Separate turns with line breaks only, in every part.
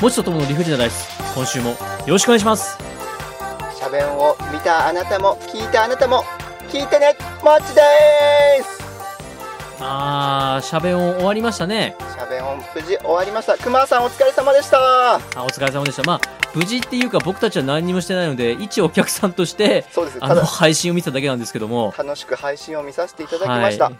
もちとともの理不尽なダイス今週もよろしくお願いします
シャベンを見たあなたも聞いたあなたも聞いてねもっちでーす
あーしゃべ音終わりましたね
シャベンを無事終わりましたくまさんお疲れ様でした
あお疲れ様でしたまあ無事っていうか僕たちは何にもしてないので一お客さんとして
そうです
あ
た
の
だ
配信を見てただけなんですけども
楽しく配信を見させていただきました、
はい、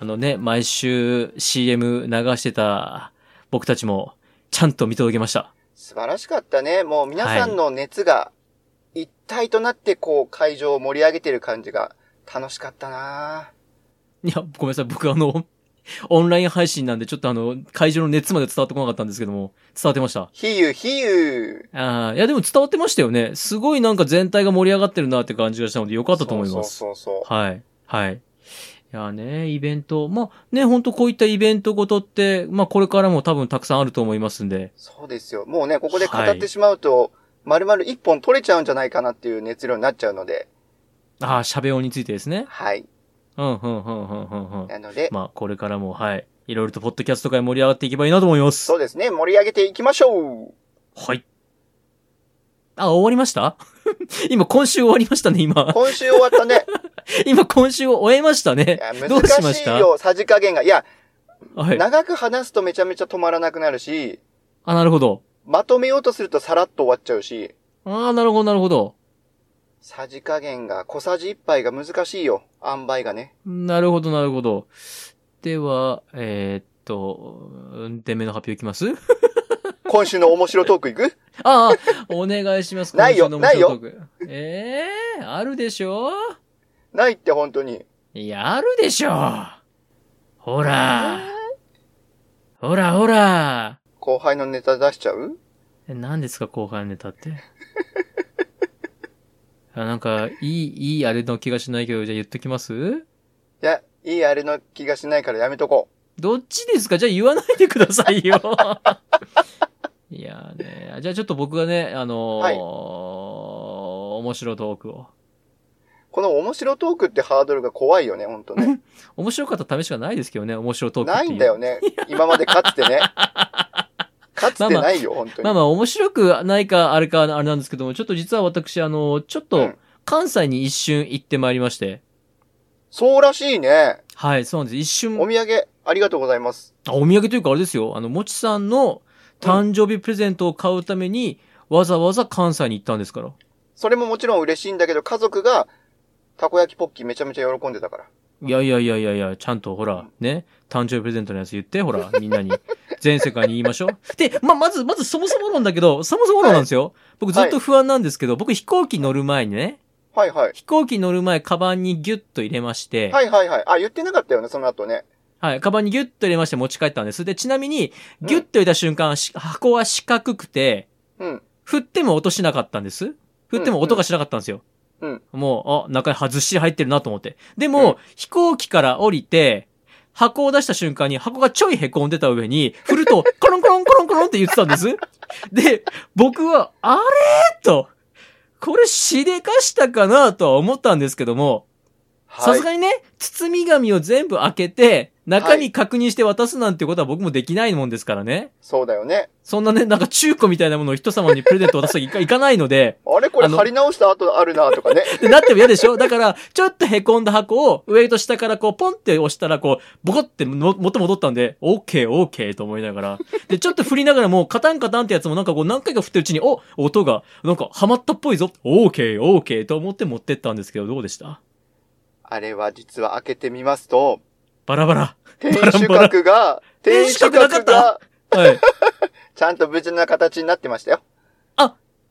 あのね毎週 CM 流してた僕たちもちゃんと見届けました
素晴らしかったねもう皆さんの熱が一体となってこう会場を盛り上げてる感じが楽しかったない
やごめんなさい僕あのオンライン配信なんでちょっとあの会場の熱まで伝わってこなかったんですけども伝わってました
ひゆひゆ
ああ、いやでも伝わってましたよね。すごいなんか全体が盛り上がってるなって感じがしたのでよかったと思います。
そうそうそうそう
はい。はい。いやね、イベント。まあね、ほんとこういったイベントごとって、まあこれからも多分たくさんあると思いますんで。
そうですよもうねここで語
は
っ
い
てしまうと、丸々一本取れちゃうんじゃないかなっていう熱量になっちゃうので
ああ、喋音についてですね。
はい
うん、うん、うん、うん、うん、うん。
なので、
まあこれからも、はい。いろいろとポッドキャスト界盛り上がっていけばいいなと思います
そ。うですね、盛り上げていきましょう
はい。あ、終わりました 今今週終わりましたね、今。
今週終わった ね。
今今週を終えました
い
ね
や。
どうしま
難し
し
い
た
よ、さじ加減が。いや、
はい。
長く話すとめちゃめちゃ止まらなくなるし、
あ、なるほど。
まとめようとするとさらっと終わっちゃうし、
ああ、なるほど、なるほど。
さじ加減が、小さじ一杯が難しいよ。塩梅がね。
なるほど、なるほど。では、えーっと、うん点目の発表いきます
今週の面白トークいく
ああ、お願いします。
ないよ
今週の面白トーク。ええあるでしょ
ないって本当に。
いや、あるでしょほら。ほらほら。
後輩のネタ出しちゃう
え何ですか、後半ネタ って。あなんか、いい、いいあれの気がしないけど、じゃあ言っときます
いや、いいあれの気がしないからやめとこ
どっちですかじゃあ言わないでください よ。いやーね。じゃあちょっと僕がね、あのー
はい
面白トークを。
う。この面白トークってハードルが怖いよね、本当ね。
面白かった試しかないですけどね、面白 トークって
な
いう。
いんだよ。ね。今までかつて ね。かつてないよ、本当に。
まあまあ、面白くないか、あれか、あれなんですけども、ちょっと実は私、あのーちょっ
う
と
ん、
関西に一瞬行ってまいりまして。
そうらしいね。
はい、そうなんです。一瞬、
お土産、ありがとうございます。
あお土産というかあれですよ、あの、もちさんの誕生日プレゼントを買うために、わざわざ関西に行ったんですから。
それももちろん嬉しいんだけど、家族が、たこ焼きポッキーめちゃめちゃ喜んでたから。
いやいやいやいやいや、ちゃんとほら、ね、誕生日プレゼントのやつ言って、ほ ら、みんなに。全世界に言いましょう。で、ま、まず、まずそもそも論だけど、そもそも論なんですよ。僕ずっと不安なんですけど、僕飛行機乗る前にね、
はいはい。
飛行機乗る前、カバンにギュッと入れまして、はい、
はいはいはい。あ、言ってなかったよね、その後ね。
カバンにギュッと入れまして持ち帰ったんです。で、ちなみに、ギュッと入れた瞬間、し箱は四角くて、
うん。
振っても音しなかったんです。振っても音がしなかったんですよ。
うん
もう、あ、中にはずっしり入ってるなと思って。でも、飛行機から降りて、箱を出した瞬間に箱がちょい凹んでた上に、振ると、コロンコロンコロンコロンって言ってたんです。で、僕は、あれと、これしでかしたかなとは思ったんですけども、さ
は
す
い。
がにね、包み紙を全部開けて、中身確認して渡すなんてことは僕もできないもんですからね。
そうだよね。
そんなね、なんか中古みたいなものを人様にプレゼントを渡すわけいかいかないので、
あれこれ
あの
貼り直した後あるなとかね。
で、なっても嫌でしょだから、ちょっと凹んだ箱を上と下からこう、ポンって押したら、こう、ボコっても元戻ったんで、オッケーオッケーと思いながら。で、ちょっと振りながらも、カタンカタンってやつもなんかこう、何回か振ってるうちに、お音が、なんか、ハマったっぽいぞ。オッケーオッケーと思って持ってったんですけど、どうでした
あれは実は開けてみますと、
バラバラ。
天守閣が、
天
天
守
守
閣なか
閣
った
が、
はい。
ちゃんと無事な形になってましたよ。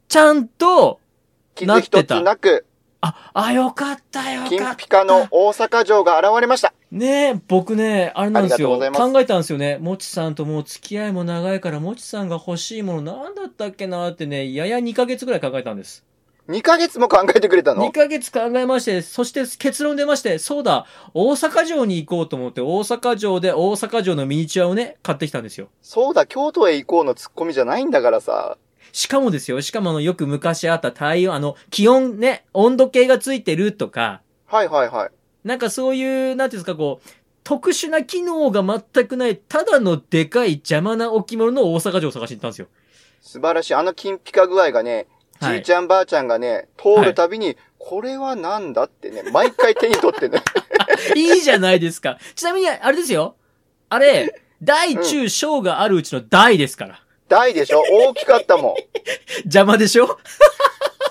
ちゃんと、
傷一つなく、
あ、あ、よかったよか
金
っ
ピカの大阪城が現れました。
ねえ、僕ね、あれなんですよ。
ありがとうございます
考えたんですよね。もちさんともう付き合いも長いから、もちさんが欲しいものなんだったっけなってね、やや2ヶ月ぐらい考えたんです。
2ヶ月も考えてくれた
2
の
ヶ月考えまして、そして結論出まして、そうだ、大阪城に行こうと思って、大阪城で大阪城のミニチュアをね、買ってきたんですよ。
そうだ、京都へ行こうのツッコミじゃないんだからさ。
しかもですよ、しかもあの、よく昔あった太陽、あの、気温ね、温度計がついてるとか、
はいはいはい。
なんかそういう、なんていうんですか、こう、特殊な 機能が全くない、ただのでかい邪魔な置物の大阪城を探しに行ったんですよ。
素晴らしい。あの金ピカ具合がね、
は
じ
い
いちゃんばあちゃんがね、通るたびに、これはなんだってね、毎回手に取ってね。
いいじゃないですか。ちなみに、あれですよ。あれ、大中小があるうちの大ですから。
大でしょ大きかったもん。
邪魔でしょ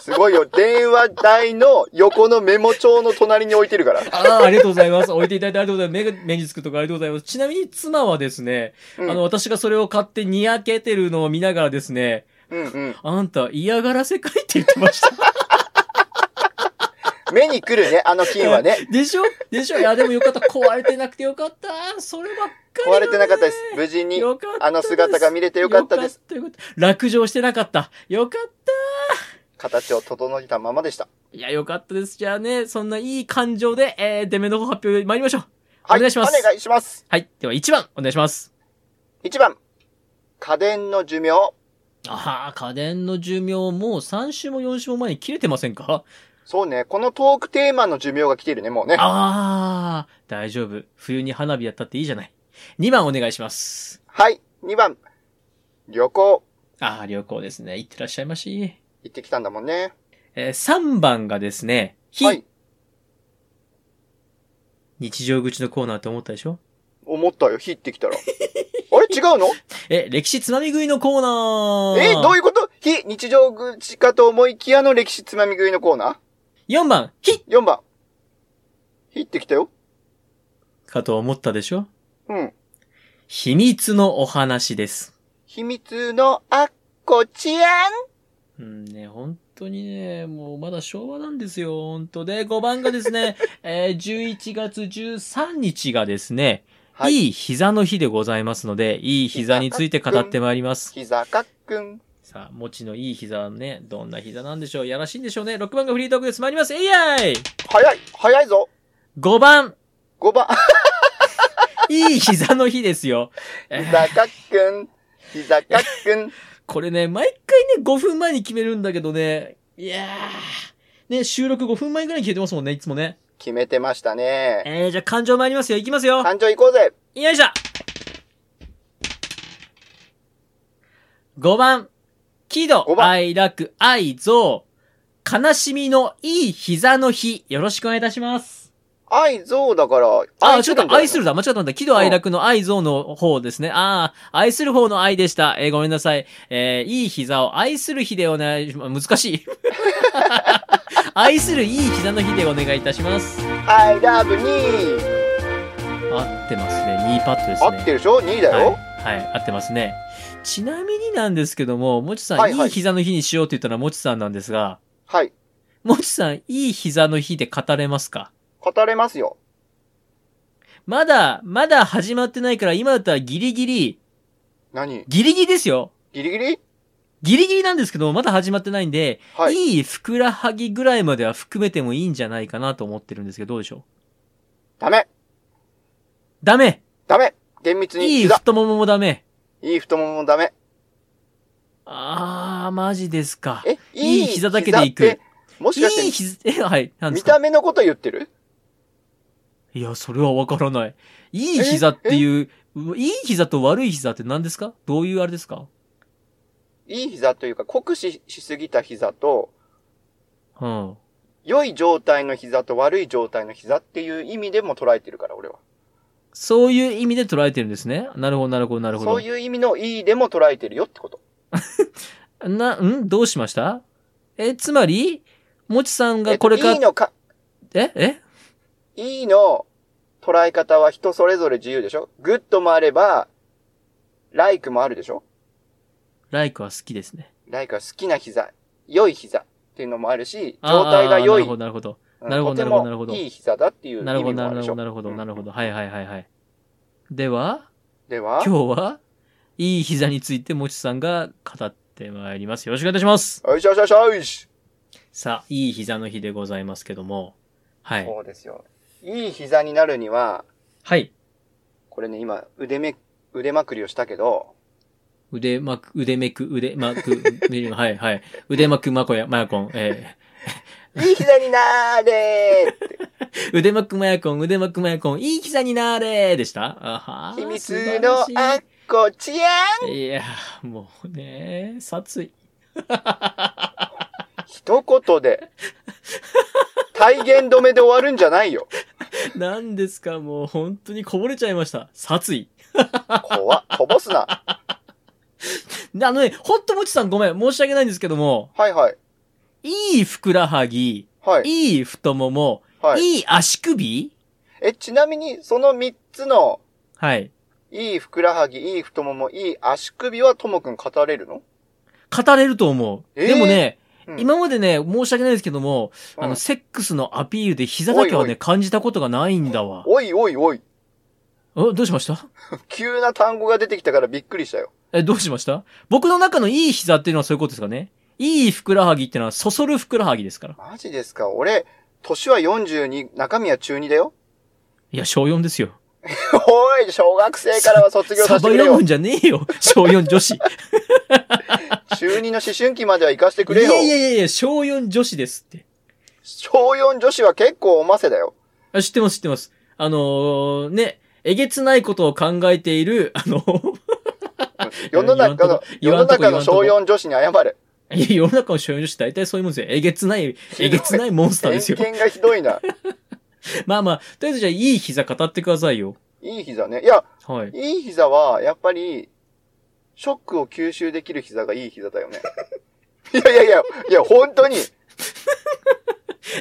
すごいよ。電話台の横のメモ帳の隣に置いてるから。
ああ、ありがとうございます。置いていただいてありがとうございます。目が目につくとかありがとうございます。ちなみに妻はですね、
うん
あの、私がそれを買ってにやけてるのを見ながらですね、
うんうん。
あんた嫌がらせかいって言ってました。
目に来るね、あの金はね。
でしょでしょいや、でもよかった。壊れてなくてよかった。そればっかり、
壊れてなかったです。無事に、
よかったです
あの姿が見れてよかったです。
よかった。よかった落城してなかった。よかった。
形を整えたままでした。
いや、よかったです。じゃあね、そんないい感情で、えー、デメの方発表参りましょう。
は
お願いします
お願いします。
はい。では1番、お願いします。
1番。家電の寿命。
ああ、家電の寿命、もう3週も4週も前に切れてませんか
そうね、このトークテーマの寿命が来てるね、もうね。
ああ、大丈夫。冬に花火やったっていいじゃない。2番お願いします。
はい。2番。旅行。
ああ、旅行ですね。行ってらっしゃいまし。
行ってきたんだもんね。
えー、3番がですね、非、
はい。
日常口のコーナーって思ったでしょ
思ったよ、火ってき たら。あれ違うの
え、歴史つまみ食いのコーナー。
え、どういうこと非日常口かと思いきやの歴史つまみ食いのコーナ
?4 番、ひ
ー ?4 番。火ってきたよ。
かと思ったでしょ
うん。
秘密のお話です。
秘密のあっこちやん。
うんね、本当にね、もうまだ昭和なんですよ、本当で。5番がです ね、えー11月13日がですね、、
はい
い膝の日でございますので、いい膝について語ってまいります。
膝かっくん。
さあ、持ちのいい膝ね、どんな膝なんでしょうやらしいんでしょうね。6番がフリートークです。参ります。えいやい
早い早いぞ
!5 番、
!5 番。
いい膝の日ですよ。えー
膝かっくん。膝かっくん。
これね、毎回ね、5分前に決めるんだけどね、いやー。ね、収録5分前ぐらいに消えてますもんね、いつもね。
決めてましたね。
えー、じゃあ感情参りますよ。いきますよ。
感情行こうぜ
よいしょ !5 番、喜
五
怒、
番
愛楽、愛憎、悲しみのいい膝の日。よろしくお願いいたします。
愛憎だから、
あー、ちょっと愛す
るん
るだ。間違ったんだ。喜怒哀楽の愛憎の方ですね。ああ、愛する方の愛でした。えーごめんなさい。えーいい膝を愛する日でお願いします。難しい。 愛するいい膝の日でお願いいたします。
じゃない。I love me!
合ってますね。2パットですね。
合ってるでしょ ?2 だよ、
はい、はい、合ってますね。ちなみになんですけども、もちさん、
はいい
い
はい
膝の日にしようって言ったのはもちさんなんですが、
はい、
もちさん、いい膝の日で語れますか
語れますよ。
まだ、まだ始まってないから、今だったらギリギリ、
何
ギリギリですよ。
ギリギリ
ギリギリなんですけど、まだ始まってないんで、
はい。
いいふくらはぎぐらいまでは含めてもいいんじゃないかなと思ってるんですけど、どうでしょう
ダメ
ダメ
ダメ厳密に
いい
膝。
太もももダメ
いい太もももダメ。
あー、マジですか。
え、
いい膝だけでいく
膝って。もしか
いい
し
膝、え、はい、な
て、
んで
見
すか
た目のこと言ってる
いや、それはわからない。いい膝っていう、ういい膝と悪い膝って何ですかどういうあれですか
いい膝というか、酷使しすぎた膝と、
うん。
良い状態の膝と悪い状態の膝っていう意味でも捉えてるから、俺は。
そういう意味で捉えてるんですね。なるほど、なるほど、なるほど。
そういう意味のいいでも捉えてるよってこと。
な、んどうしましたえ、つまり、もちさん
えっ
が
と
これか
いい、のか、
え、え
いいの捉え方は人それぞれ自由でしょグッドもあれば、ライクもあるでしょ
ライクは好きですね。
ライクは好きな膝、良い膝っていうのもあるし、
あー
状態が良い、
なるほど、なるほど。
うん
なるほどなるほど
とてもいい膝だっていう意
なるほ
味
ど、
も
な
あるで
る
し
ほど、な
ょ
るほど、な
うん
るほど。はいはいはいはい。では、
では、
今日は、いい膝についてもちさんが語ってまいります。よろしくお願いいたします。
よいしょよいしょよいしょよいし
さあ、いい膝の日でございますけども。は
ょ
い。
そうですよ。いい膝になるには、
はい。
これね、今、腕め、腕まくりをしたけど、
腕まく、腕めく、腕まく、腕 はいはい。腕まくまこや、まやこん、え
いい膝になーれーって、
え腕 まくまやこん、腕まくまやこん、いい膝になーれーでしたあはー
秘密
素晴
の
らしい
あっこちや
いやー、もうね、殺意。
ん一言で。体言止めで終わるんじゃないよ。
なんですか、もう本当にこぼれちゃいました。殺意。
怖っ。こぼすな。
であのね、ほんともちさんごめん、申し訳ないんですけども、
はいはい。
いいふくらはぎ、
はい。
いい太もも、
はい。
いい足首
え、ちなみに、その三つの、
はい。
いいふくらはぎ、いい太もも、いい足首はともくん語れるの
語れると思う。
えー
でもね、
うん
今までね、申し訳ないですけども、
うん
あの、セックスのアピールで膝だけは
おいお
ね、
い
感じたことがないんだわ。
おいおいおい。
え、どうしました
急な単語が出てきたからびっくりしたよ。
え、どうしました僕の中のいい膝っていうのはそういうことですかね。いいふくらはぎってのは、そそるふくらはぎですから。
マジですか俺、年は42、中身は中2だよ。
いや、小4ですよ。
おい、小学生からは卒業
サ
させて
バ
くれ
読
よ
むん。じゃねえよ。小4女子。
中2の思春期までは行かせてくれ
い
よ
や。いやいやいや、小4女子ですって。
小4女子は結構おませだよ。
あ知ってます、知ってます。あのー、ね、えげつないことを考えている、あの、
世の中の、
言
世
わ
の
んとこ
中の小
言わ
4女子に謝れ。
いや、世の中の小4女子大体そういうもんですよ。えげつない、えげつないモンスターです
偏
よ。
見がひどいな。
まあまあ、とりあえずじゃあ、いい膝語ってくださいよ。
いい膝ね。いや、
はい。
いい膝は、やっぱり、ショックを吸収できる膝がいい膝 だよね。いやいやいや、いや、本当に。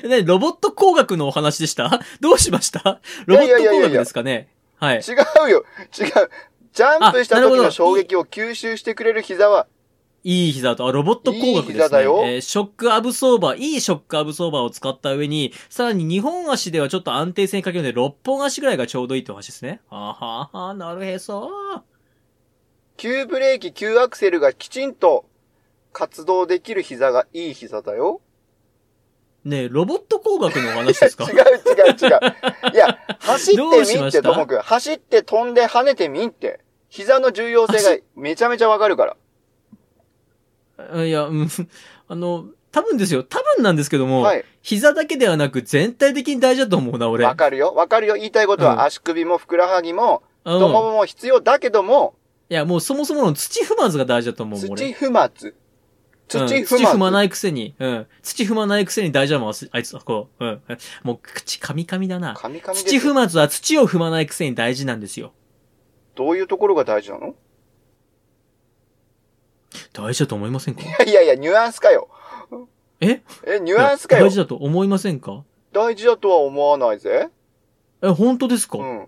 ね、ロボット工学のお話でした どうしましたロボット工学ですかねはい。
違うよ違うジャンプした
あなるほ
時
ど
の衝撃を吸収してくれる膝は、
いい膝と、あ、ロボット工学ですね。
いい膝だよ
えーショックアブソーバー、いいショックアブソーバーを使った上に、さらに2本足ではちょっと安定性に欠けるので、6本足ぐらいがちょうどいいってお話ですね。あはは、なるへそ。
急ブレーキ、急アクセルがきちんと活動できる膝がいい膝だよ。
ねえロボット工学のお話ですか
違う違う違う。いや、走って
どうし
みん
ま
っ、
してた
ともくん。走って飛んで跳ねてみんって。膝の重要性がめちゃめちゃわかるから。
いや、うん、あの、多分ですよ。多分なんですけども、
はい。
膝だけではなく全体的に大事だと思うな、俺。
わかるよ。わかるよ。言いたいこと
うん
は足首もふくらはぎも、
うん。
太ももも必要だけども、
いや、もうそもそもの土踏まずが大事だと思う、俺。
土踏まず。土
うん
踏まず。
土踏まないくせに、うん。土踏まないくせに大事だもん、あすあいつ、こう。うん。もう、口、噛み噛みだな。
神々です
土
よ
踏まずは土を踏まないくせに大事なんですよ。
どういうところが大事なの
大事だと思いませんか
いやいや、ニュアンスかよ。
え
え、ニュアンスか
いや
よ
大事。だと思いませんか
大事だとは思わないぜ。
え、本当ですか、
うん。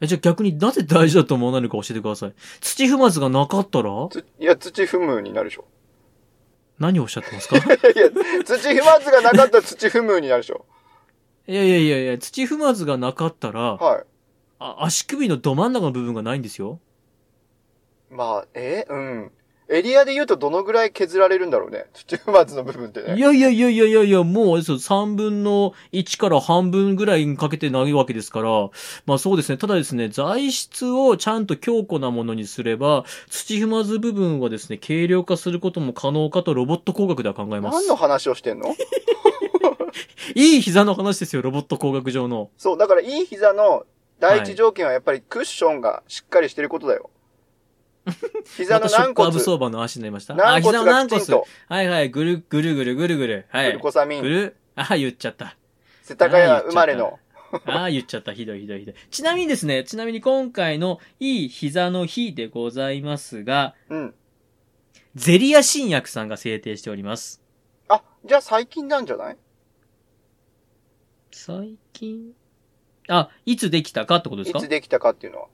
え、じゃあ逆になぜ大事だと思わないのか教えてください。土踏まずがなかったら
ついや、土踏むになるでしょ。
何をおっしゃってますか
いやいや、土踏まずがなかったら土踏むになるでしょ。
いやいやいやいや、土踏まずがなかったら、
はい。
あ足首のど真ん中の部分がないんですよ。
まあ、えうん。エリアで言うとどのぐらい削られるんだろうね。土踏まずの部分って
い
ね。
やいやいやいやいやいや、もうあれですよ、3分の1から半分ぐらいにかけてないわけですから、まあそうですね、ただですね、材質をちゃんと強固なものにすれば、土踏まず部分はですね、軽量化することも可能かとロボット工学では考えます
何。の話をしてんの
いい膝の話ですよ、ロボット工学上の。
そう、だからいい膝の第
はい
一条件はやっぱりクッションがしっかりしてることだよ。膝の
またショ
軟
ックア
骨
ブ。ソーバーの話になりました。あ、
軟
膝
骨
の
が
軟
き
骨
ちん。と、
はいはい、ぐる、ぐるぐるぐるぐる。は
グ
い
ル。コサミ
ぐ
ン、
る、あ、言っちゃった。
世田谷生まれの。
ああ、言っちゃった。ひどいひどいひどい。ちなみにですね、ちなみに今回のいい膝の日でございますが、
うん。
ゼリア新薬さんが制定しております。
あ、じゃあ最近なんじゃない
最近あ、いつできたかってことです
い
か
つできたかっていうのは。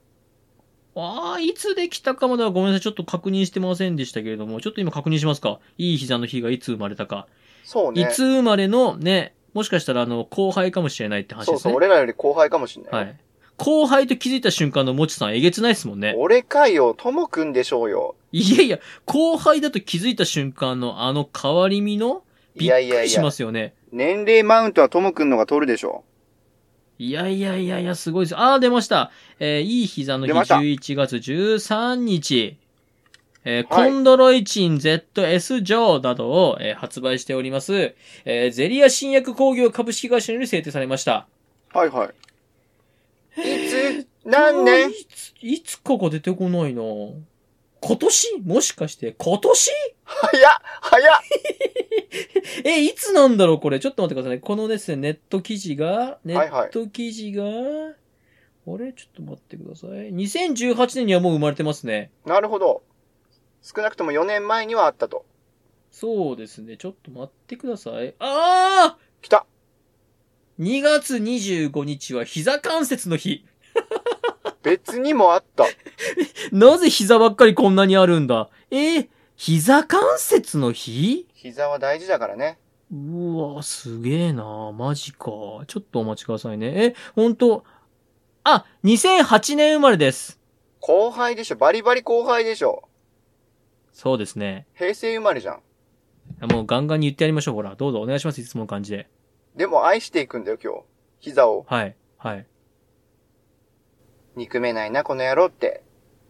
ああ、いつできたかまではごめんなさい。ちょっと確認してませんでしたけれども、ちょっと今確認しますか。いい膝の日がいつ生まれたか。
そうね。
いつ生まれのね、もしかしたらあの、後輩かもしれないって話
そ
で
う
す
そ
ね。
う、俺らより後輩かもしんない。
はい。後輩と気づいた瞬間のもちさん、えげつないですもんね。
俺かよ、ともくんでしょうよ。
いやいや、後輩だと気づいた瞬間のあの変わり身の
い
びっ
やい
く
や
り
い
し
や
ま、すよね。
年齢マウントはともくんのが取るでしょ
いやいやいやいや、すごいです。あー、出ました。えーいい膝の日、
出ました
11月13日。えー
はい
コンドロイチン ZS 上などを、えー発売しております。えーゼリア新薬工業株式会社により制定されました。
う。はいはい。いつ、何年
いついつかが出てこないな今年もしかして、今年
早っ早っ
え、いつなんだろうこれ。ちょっと待ってくださいね。このですね、ネット記事が、ネ
はい
ット記事が、あれちょっと待ってください。2018年にはもう生まれてますね。
なるほど。少なくとも4年前にはあったと。
そうですね。ちょっと待ってください。ああ
来た
!2 月25日は膝関節の日。
別にもあった。
なぜ膝ばっかりこんなにあるんだえー膝関節の日
膝は大事だからね。
うわ、すげえなマジか。ちょっとお待ちくださいね。え、ほんと。あ、2008年生まれです。
後輩でしょ。バリバリ後輩でしょ。
そうですね。
平成生まれじゃん。
もうガンガンに言ってやりましょう。ほら、どうぞお願いします。いつもの感じで。
でも愛していくんだよ、今日。膝を。
はい。はい。
憎めないな、この野郎って。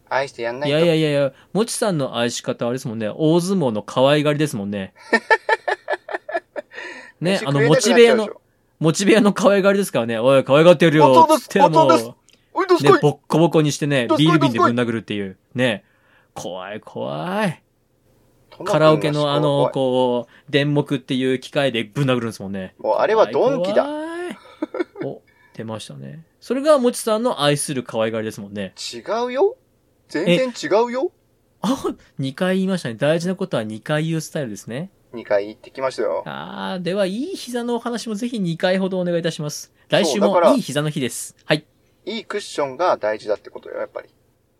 愛してやんないいと。
やいやいやいや、もちさんの愛し方あれですもんね。大相撲の可愛がりですもん ね。ね、
飯
あ
食
の、
え
モ
なく
チ
なっ
ベ
ちゃ
屋
うでし
の、
ょ。
モチベ屋の可愛がりですからね。おい、可愛がってやるよ
本。当です
つっても
本当
う
で。おい、どす
ね
こ、い
ボッコボコにしてね
ど、すこい
ビール瓶で
どすこ
ぶ
い
ん殴るっていう。ね。怖い怖い。
トマ君が
カラオケのあ
思
の、
考怖い
こう、電目っていう機械でぶん殴るんですもんね。
もうあれはドンキだ。
怖い怖いお、出ましたね。それがもちさんの愛する可愛がりですもんね。
違うよ全然違うよ
あ、2回言いましたね。大事なことは2回言うスタイルですね。
?2 回言ってきましたよ。
あー、では、いい膝のお話もぜひ2回ほどお願いいたします。来週
そうだ
も
から
いい膝の日です。はい。
いいクッションが大事だってことよ、やっぱり。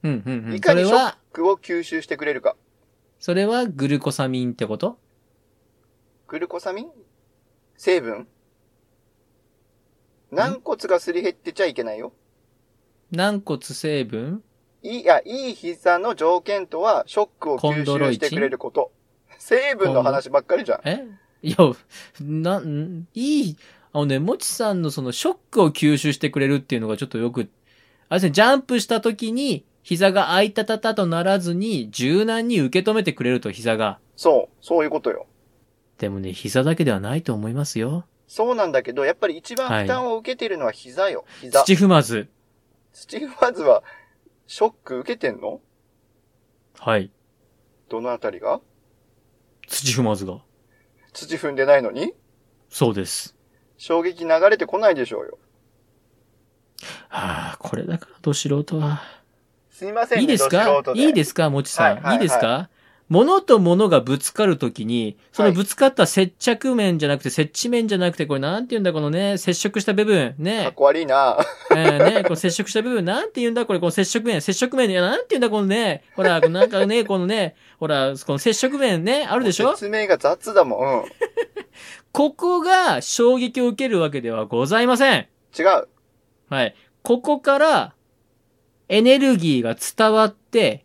うんうんうん。
い
そ
か
れ
にショッ
は、
クを吸収してくれるか。
それはグルコサミンってこと
グルコサミン成分軟骨がすり減ってちゃいけないよ。
軟骨成分
いい、いや、いい膝の条件とは、ショックを吸収してくれること。成分の話ばっかりじゃん。
えいや、な、んいい、あのね、もちさんのそのショックを吸収してくれるっていうのがちょっとよく、あれですね、ジャンプした時に膝があいたたたとならずに柔軟に受け止めてくれると膝が。
そう、そういうことよ。
でもね、膝だけではないと思いますよ。
そうなんだけど、やっぱり一番負担を受けてるのは膝よ。膝。
土踏まず。
土踏まずは、ショック受けてんの
はい。
どのあたりが
土踏まずが。
土踏んでないのに
そうです。
衝撃流れてこないでしょうよ。
はあ、これだからど素人は。
すいませんね、。
いいですかいいですすかもちさん。
はいいはい
いですか物と物がぶつかるときに、そのぶつかった接着面じゃなくて、接地面じゃなくて、これなんて言うんだ、このね、接触した部分。
かっ
ね。
こ悪いな
えーね、この接触した部分、なんて言うんだ、これ、この接触面。接触面、いや、なんて言うんだ、このね。ほら、このなんかね、このね、ほら、この接触面ね、あるでしょ
説明が雑だもん。うん。
ここが衝撃を受けるわけではございません。
違う。
はい。ここから、エネルギーが伝わって、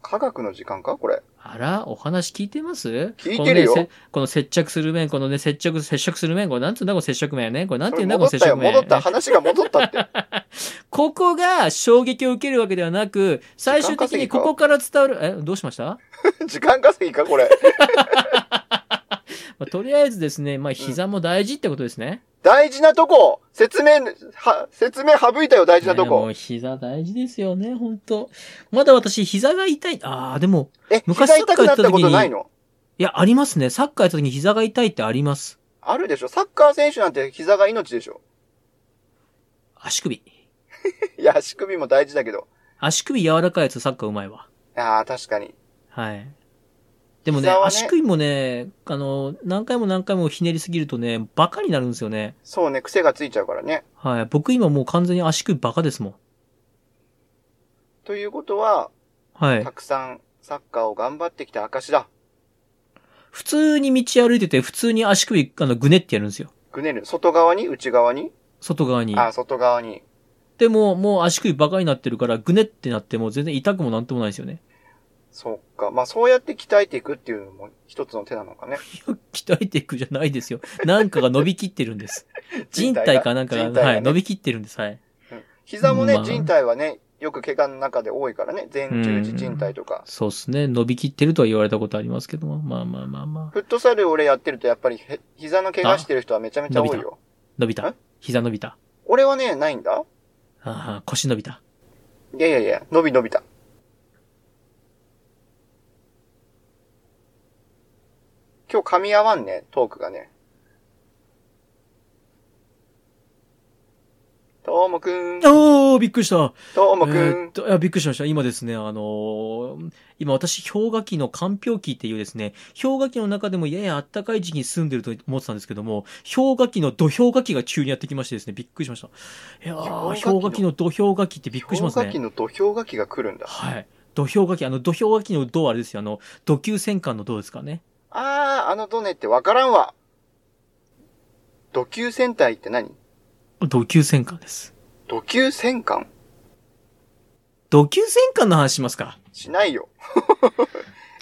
科学の時間かこれ。
あら、お話聞いてます
聞いてるよ
この,、ね、せこの接着する面、このね、接着、接触する面、これなんていうんだ、この接触面ね。これなん
そ
ていう
れ
んだ、こ
戻
の
っ
接
た
触
よ、
面。
戻った。
ね
話が戻ったって。
ここが衝撃を受けるわけではなく、最終的にここから伝わる、え、どうしました、ま
時間稼ぎかこれ。
あとりあえずですね、まあ、膝も大事ってことですね。
大事なとこ説明、は、説明省いたよ、大事なと
ねも
こ。
う膝大事ですよね、本当まだ私、膝が痛い。あー、でも、
え、
昔
膝痛くなったことないの
いや、ありますね。サッカーやった時に膝が痛いってあります。
あるでしょサッカー選手なんて膝が命でしょ
足首。
いや、足首も大事だけど。
足首柔らかいやつサッカーうまいわ。
ああ、確かに。
はい。でもね、
膝はね
足首もね、あの、何回も何回もひねりすぎるとね、バカになるんですよね。
そうね、癖がついちゃうからね。
はい。僕今もう完全に足首バカですもん。
ということは、
はい
た。くさんサッカーを頑張ってきた証だ。
普通に道歩いてて、普通に足首、あの、ぐねってやるんですよ。
ぐねる。外側に内側に
外側に。
あ、外側に。
でも、もう足首バカになってるから、ぐねってなっても全然痛くもなんともないですよね。
そっか。まあそうやって鍛えていくっていうのも一つの手なのかね。
いや鍛えていくじゃないですよ。なんかが伸びきってるんです。人体かなんかが、
人体がね
はい、伸びきってるんです。はい。
うん膝もね、
まあ
人体はね、よく怪我の中で多いからね。前十字人体とか。
そうですね。伸びきってるとは言われたことありますけども。まあまあまあまあ。
フットサル俺やってるとやっぱりへ膝の怪我してる人はめちゃめちゃ多いよ。
伸び
え
た。膝伸びた。
俺はね、ないんだ。
ああ、腰伸びた。
いやいやいや、伸び伸びた。今日噛み合わんね、トークがね。とーもくん。と
おー、びっくりした。
ーもく
えーっ
ん。
と、いやびっくりしました。今ですね、あのー今私、氷河期の間氷期っていうですね、氷河期の中でもやや暖かい時期に住んでると思ってたんですけども、氷河期の土氷河期が急にやってきましてですね、びっくりしました。いやー、
氷河期の
氷河期の土氷河期ってびっくりします
氷河期
ね。
の土俵書きが来るんだ。
はい。土氷河期、あの、土氷河期の銅あれですよ、あの、土球戦艦の銅ですかね。
あー、あのドネってわからんわ。土球戦隊って何
土球戦艦です。
土球戦艦
土球戦艦の話しますか。
しないよ。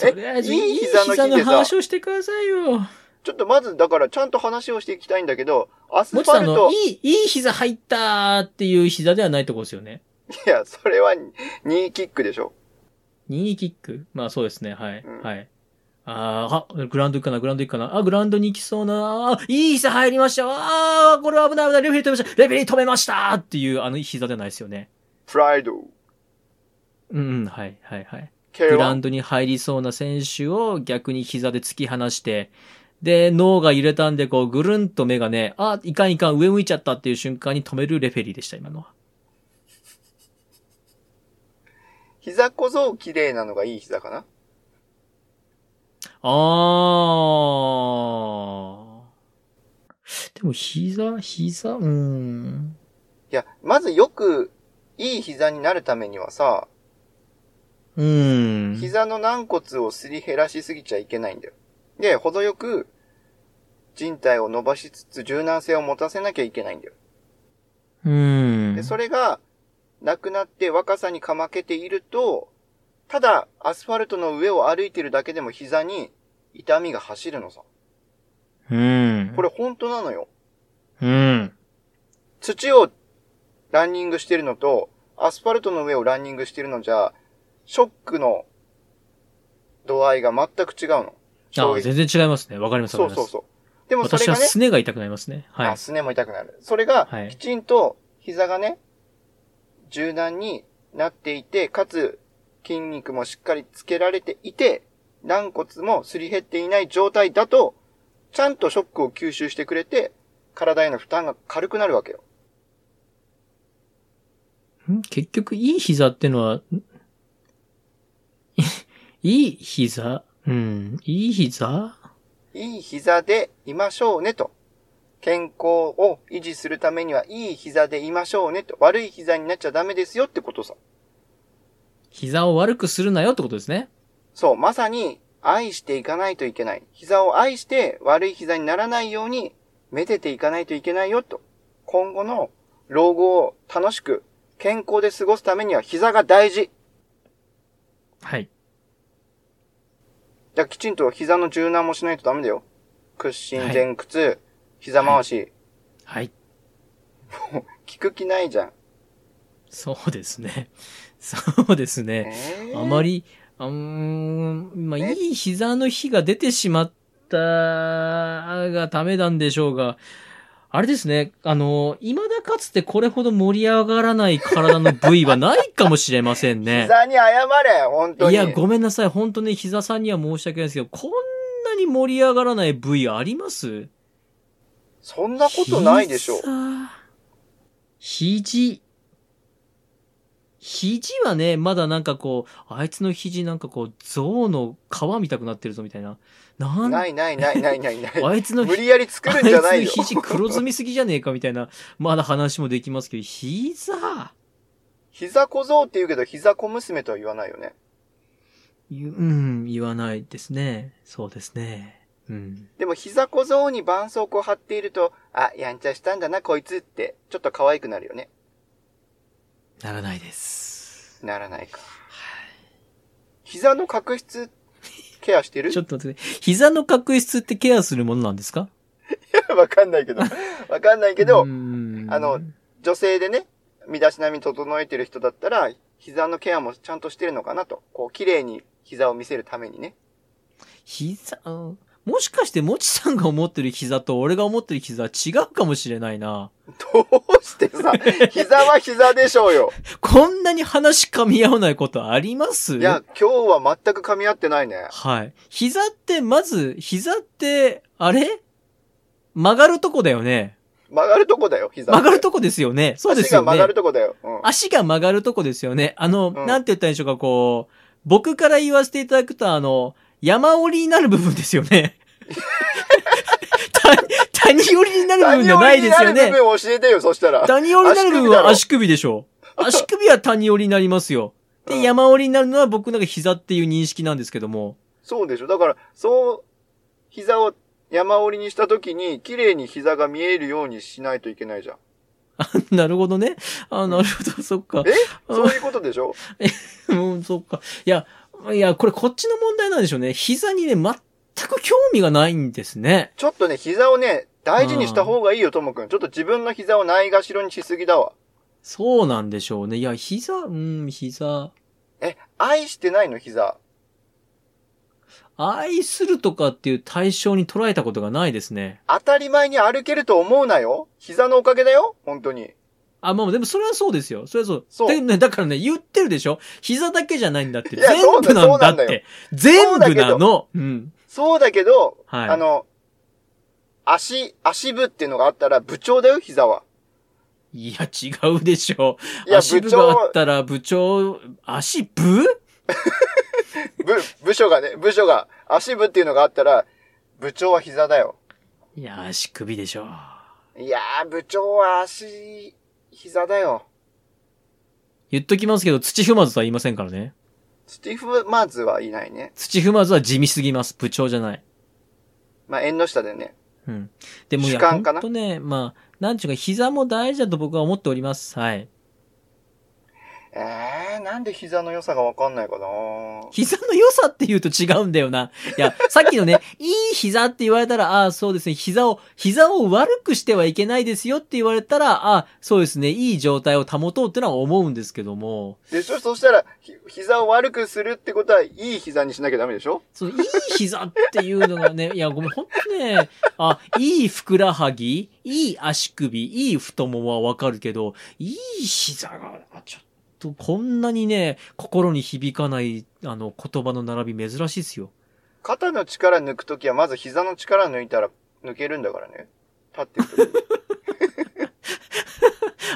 え
とりあえず、
い
い
い
い
膝の
膝
日で
の
さ
話をしてくださいよ。
ちょっとまず、だからちゃんと話をしていきたいんだけど、アスフ
もちさ
ァ
ん
ル
の、
ト、
いい、いい膝入ったっていう膝ではないところですよね。
いや、それはニーキックでしょ。
ニーキックまあそうですね、はい。
うん
はい。あーあ、グラウンド行くかな、グラウンド行くかな。あ、グラウンドに行きそうな。あ、いい膝入りました。ああ、これ危ない危ない。レフェリー止めました。レフェリー止めましたっていう、あの膝ではないですよね。
プライド、
うん、うん、はい、はい、はい。
ケ
グラウ
ロ
ンドに入りそうな選手を逆に膝で突き放して、で、脳が揺れたんで、こう、ぐるんと目がね、あ、いかんいかん、上向いちゃったっていう瞬間に止めるレフェリーでした、今のは。
膝小僧綺麗なのがいい膝かな
あー。でも、膝、膝、うーん。
いや、まずよく、いい膝になるためにはさ、
うーん。
膝の軟骨をすり減らしすぎちゃいけないんだよ。で、程よく、人体を伸ばしつつ柔軟性を持たせなきゃいけないんだよ。
うーん。
で、それが、なくなって若さにかまけていると、ただ、アスファルトの上を歩いてるだけでも膝に痛みが走るのさ。
うーん。
これ本当なのよ。
うん。
土をランニングしてるのと、アスファルトの上をランニングしてるのじゃ、ショックの度合いが全く違うの。
あ
衝撃
全然違いますね。わかります、
そ
わ
う
かり
そ
ま
う
す。
そう。でもそれ
私は
がね、
すねが痛くなりますね。は
あ、
い。
すねも痛くなる。それが
は、い
きちんと膝がね、柔軟になっていて、かつ筋肉もしっかりつけられていて、軟骨もすり減っていない状態だと、ちゃんとショックを吸収してくれて、体への負担が軽くなるわけよ。
ん結局、いい膝ってのは、 んいい膝うん。いい膝
いい膝でいましょうねと。健康を維持するためには、いい膝でいましょうねと。悪い膝になっちゃダメですよってことさ。
膝を悪くするなよってことですね。
そう、まさに愛していかないといけない。膝を愛して悪い膝にならないように、めでていかないといけないよと。今後の老後を楽しく、健康で過ごすためには膝が大事。
はい。
じゃあきちんと膝の柔軟もしないとダメだよ。屈伸、
はい
前屈、膝回し、
はい。
聞く気ないじゃん。
そうですね。 そうですね。
えー
あま。り、うーん、まあ、
え
いい膝の日が出てしまったがためなんでしょうが、あれですね、あの、未だかつてこれほど盛り上がらない体の部位はないかもしれません ね。
膝に謝れ、本当に。
いや、ごめんなさい。本当に膝さんには申し訳ないですけど、こんなに盛り上がらない部位あります
そんなことないでしょ。
肘。肘はね、まだなんかこう、あいつの肘なんかこう、象の皮見たくなってるぞみたいな。なん
ないないないないない ない。
あいつの
無
肘、
理やり作るんじゃないよ
あ。いつの肘黒ずみすぎじゃねえかみたいな、まだ話もできますけど、膝
膝小僧って言うけど、膝小娘とは言わないよね。
ゆうん、言わないですね。そうですね。うん。
でも膝小僧に絆創膏貼っていると、あ、やんちゃしたんだな、こいつって、ちょっと可愛くなるよね。
ならないです。
ならないか。
はい。
膝の角質、ケアしてる
ちょっと待ってね。膝の角質ってケアするものなんですか
わかんない けど。わかんないけ
う
ど
ー、ん
あの、女性でね、身だしなみ整えてる人だったら、膝のケアもちゃんとしてるのかなと。こう、綺麗に膝を見せるためにね。
膝、うんもしかして、もちさんが思ってる膝と俺が思ってる膝は違うかもしれないな。
どうし てさ、膝は膝でしょうよ。
こんなに話噛み合わないことあります
いや、今日は全く噛み合ってないね。
はい。膝って、まず、膝って、あれ曲がるとこだよね。
曲がるとこだよ、膝って。
曲がるとこですよね。そうですよね。
足が曲がるとこだよ。うん。
足が曲がるとこですよね。あの、
うん
なんて言ったらいいんでしょうか、こう、僕から言わせていただくと、あの、山折りになる部分ですよ ね。谷谷折りになる部分じゃないですよ
谷折りに
ね
な。る部分教えてよ、そしたら。
谷折りになる部分は足
足
首でしょ。足首は谷折りになりますよ。
う
で、
ん
山折りになるのは僕なんか膝っていう認識なんですけども。
そうでしょ。だから、そう、膝を山折りにした時に、綺麗に膝が見えるようにしないといけないじゃん。
なるほどね。あ、なるほど、 そっか。
えそういうことでしょ
うん、そっか。いや、いや、これこっちの問題なんでしょうね。膝にね、全く興味がないんですね。
ちょっとね、膝をね、大事にした方がいいよ、ともくん。ちょっと自分の膝をないがしろにしすぎだわ。
そうなんでしょうね。いや、膝、うん、膝。
え、愛してないの、膝。
愛するとかっていう対象に捉えたことがないですね。
当たり前に歩けると思うなよ。膝のおかげだよ、本当に。
あ、まあでもそれはそうですよ。それはそう。
そう
でね、だからね、言ってるでしょ膝だけじゃないんだって。
いや
全部なんだ
そうな
っ
んだよ
て。全
うだ
部
けど
なの。うん。
そうだけど、
はい
あの、足、足部っていうのがあったら部長だよ、膝は。
いや、違うでしょ。
いや、
足
部
部があ
長
っ、たら部長、足部
部、部署がね、部署が、足部っていうのがあったら、部長は膝だよ。
いや、足首でしょ。
いやー、部長は足、膝だよ。
言っときますけど、土踏まずとは言いませんからね。
スティーフ・マーズはいないね。
土踏まずは地味すぎます。部長じゃない。
まあ、縁の下でね。
うん。でもいや、
主観か
ほ
なん
とね、まあ、なんちゅうか、膝も大事だと僕は思っております。はい。
えー、なんで膝の良さがわかんないかな
膝の良さって言うと違うんだよな。いや、さっきの ね、いい膝って言われたら、ああ、そうですね、膝を、膝を悪くしてはいけないですよって言われたら、ああ、そうですね、いい状態を保とうってのは思うんですけども、
でしょそしたら、ひ膝を悪くするってことは、いい膝にしなきゃダメでしょ
その、いい膝っていうのがね、いや、ごめん、ほんとね、あ、いいふくらはぎ、いい足首、いい太ももはわかるけど、いい膝が、あちょっと、こんなにね、心に響かない、あの、言葉の並び珍しいですよ。
肩の力抜くときは、まず膝の力抜いたら、抜けるんだからね。立ってるときに。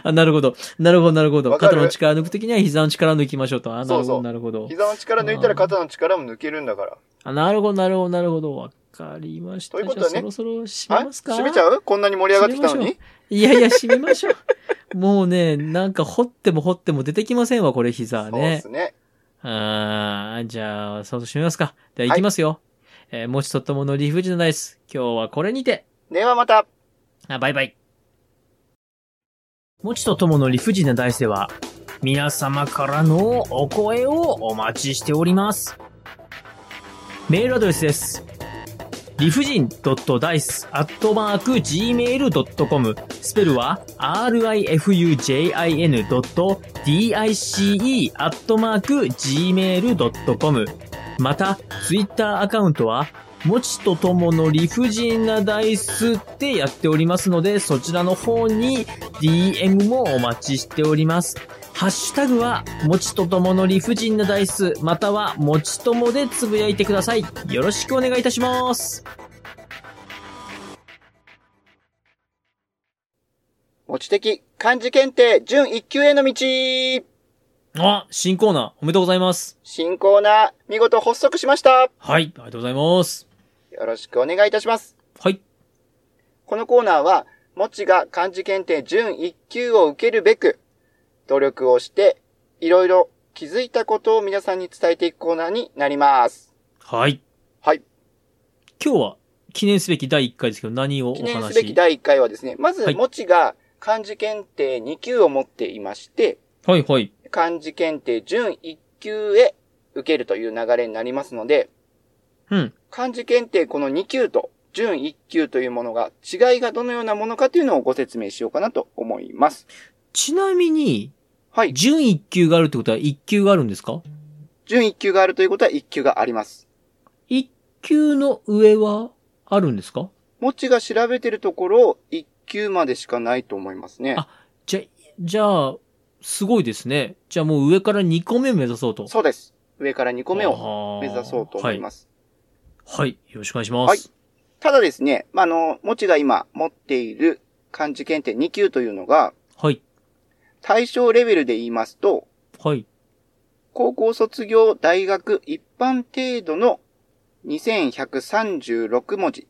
あ、なるほど。なるほど、なるほど。
わかる
肩の力抜くときには膝の力抜きましょうと。あ、なるほ
そうそ
ど、
う
なるほ ど。
膝の力抜いたら肩の力も抜けるんだから。
あ、なるほど、なるほど、なるほど。わかりました。
ということで
じゃ
ね
あそろそろ締
あ
めますか
閉めちゃうこんなに盛り上がってきたの
閉め
に
いやいや、締めましょう。もうね、なんか掘っても掘っても出てきませんわ、これ膝は
そうで
ね
す。ね。
あーじゃあ、そろそろ締めますか。では、いきますよ。えー、もちとともの理不尽なダイス。今日はこれにて。
ではまた
あ、バイバイ。もちとともの理不尽な大世は、皆様からのお声をお待ちしております。メールアドレスです。理不尽 d i c e g m a i l c o m スペルは rifujin.dice gmail.com また、ツイッターアカウントは、もちとともの理不尽なダイスってやっておりますので、そちらの方に DM もお待ちしております。ハッシュタグは、もちとともの理不尽なダイス、または、もちともでつぶやいてください。よろしくお願いいたします。
持ち的漢字検定準1級への道
あ、新コーナー、おめでとうございます。
新コーナー、見事発足しました
はい、ありがとうございます。
よろしくお願いいたします。
はい。
このコーナーは、もちが漢字検定準1級を受けるべく、努力をして、いろいろ気づいたことを皆さんに伝えていくコーナーになります。
はい。
はい。
今日は、記念すべき第1回ですけど、何をお
記念
話
すべき第1回はですね、まず
は、い
もちが漢字検定2級を持っていまして、
はい、はい。
漢字検定準1級へ受けるという流れになりますので、
うん。
漢字検定この2級と準1級というものが違いがどのようなものかというのをご説明しようかなと思います。
ちなみに、
はい。
準1級があるってことは1級があるんですか
準1級があるということは1級があります。
一級の上はあるんですか
もちが調べてるところ、1級までしかないと思いますね。
あじゃ、じゃあ、すごいですね。じゃあもう上から2個目目指そうと。
そうです。上から2個目を
を
目指そうと思います。
はい。はい。よろしくお願いします。
はいただですね、まあ、あの、もちが今持っている漢字検定2級というのが、
はい。
対象レベルで言いますと、
はい。
高校卒業大学一般程度の2136文字。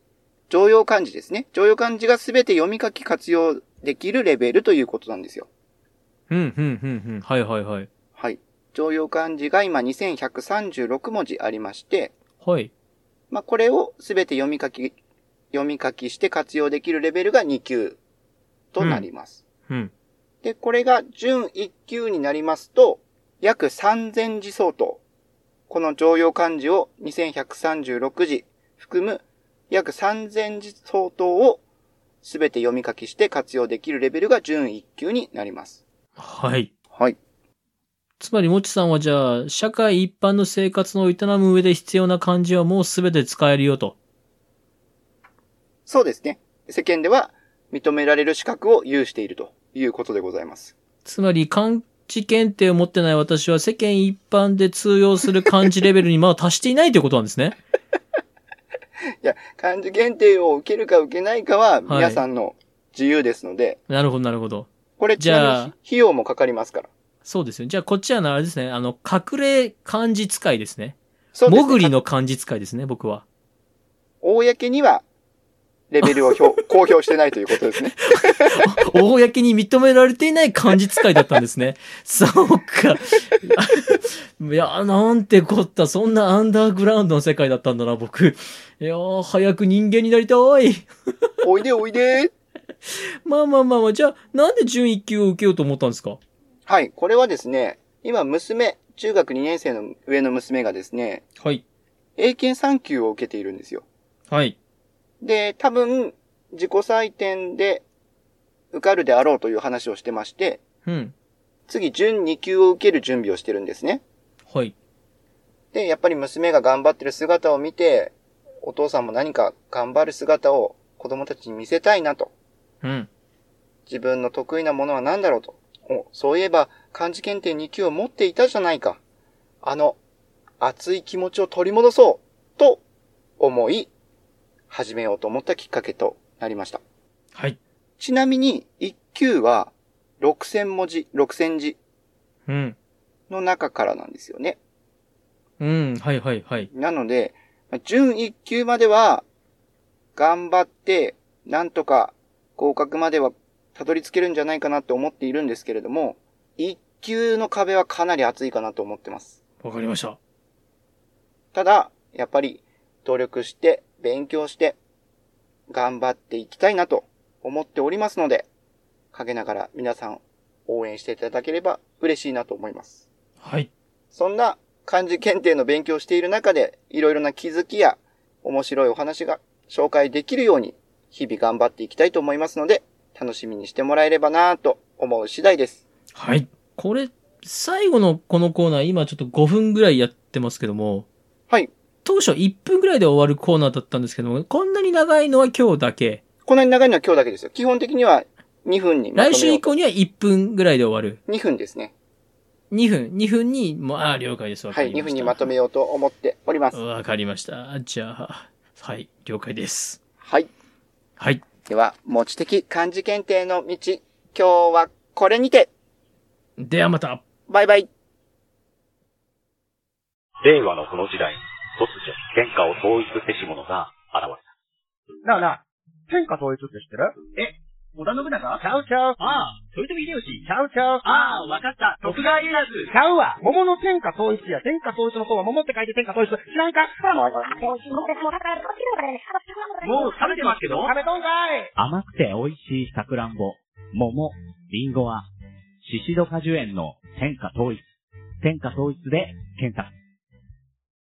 常用漢字ですね。常用漢字がすべて読み書き活用できるレベルということなんですよ。
うん、うん、うん、うん。はい、はい、はい。
はい。常用漢字が今2136文字ありまして、
はい。
まあ、これをすべて読み書き、読み書きして活用できるレベルが2級となります。
うん。
で、これが準1級になりますと、約3000字相当。この常用漢字を2136字含む約3000字相当をすべて読み書きして活用できるレベルが準1級になります。
はい。
はい。
つまり、もちさんはじゃあ、社会一般の生活を営む上で必要な漢字はもうすべて使えるよと。
そうですね。世間では認められる資格を有しているということでございます。
つまり、漢字検定を持ってない私は世間一般で通用する漢字レベルにまだ達していないということなんですね。
いや、漢字検定を受けるか受けないかは皆さんの自由ですので、
なるほど、なるほど。
これちなみに
じゃあ
費用もかかりますから。
そうですよ。じゃあ、こっちはなあれですね。あの、隠れ漢字使いですね。
そうですね
もぐりの漢字使いですね、僕は。
公には、レベルを表公表してないということですね。
公に認められていない漢字使いだったんですね。 そうか。 いや、なんてこった。そんなアンダーグラウンドの世界だったんだな、僕。いやー、早く人間になりたい。
おいでおいで
まあまあまあまあ、じゃあ、なんで準一級を受けようと思ったんですか
はい、これはですね、今娘、中学2年生の上の娘がですね、
はい。
英検3級を受けているんですよ。
はい。
で、多分、自己採点で受かるであろうという話をしてまして、
うん。
次、準2級を受ける準備をしてるんですね。
はい。
で、やっぱり娘が頑張ってる姿を見て、お父さんも何か頑張る姿を子供たちに見せたいなと。
うん。
自分の得意なものは何だろうと。お、そういえば、漢字検定2級を持っていたじゃないか。あの、熱い気持ちを取り戻そうと思い、始めようと思ったきっかけとなりました。
はい。
ちなみに、1級は6000文字、6000字
うん。
の中からなんですよね。
うん。はいはいはい。
なので、まあ準1級までは、頑張って、なんとか合格まではたどり着けるんじゃないかなって思っているんですけれども、1級の壁はかなり厚いかなと思ってます。
わかりました。
ただ、やっぱり、努力して、勉強して、頑張っていきたいなと思っておりますので、陰ながら皆さん応援していただければ嬉しいなと思います。
はい。
そんな漢字検定の勉強をしている中で、いろいろな気づきや面白いお話が紹介できるように、日々頑張っていきたいと思いますので、楽しみにしてもらえればなぁと思う次第です。
はい。これ、最後のこのコーナー、今ちょっと5分ぐらいやってますけども、
はい。
当初1分ぐらいで終わるコーナーだったんですけども、こんなに長いのは今日だけ。
こんなに長いのは今日だけですよ。基本的には2分にまと
来週
めよう
以
と。
降には1分ぐらいで終わる。
2分ですね。
2分、2分に、もう、ああ、了解です。わ
は
か
い、
りまし
2
た。
分にまとめようと思っております。
わかりました。じゃあ、はい、了解です。
はい。
はい。
では、持ち的漢字検定の道、今日はこれにて、
ではまた。
バイバイ。
令和のこの時代、突如、天下を統一せし者が現れた。
なあなあ、天下統一って知ってる
織田信
ち
長
ゃうちゃう。
ああ、豊臣秀吉
ち。ゃうちゃう。
ああ、わかった。徳川家康。
ちゃうわ。桃の天下統一や。天下統一の方は桃って書いて天下統一。知らんか
もう食べてますけど
食べとんかい
甘くて美味しいさくらんぼ、桃、りんごは、シシド果樹園の天下統一。天下統一で検索。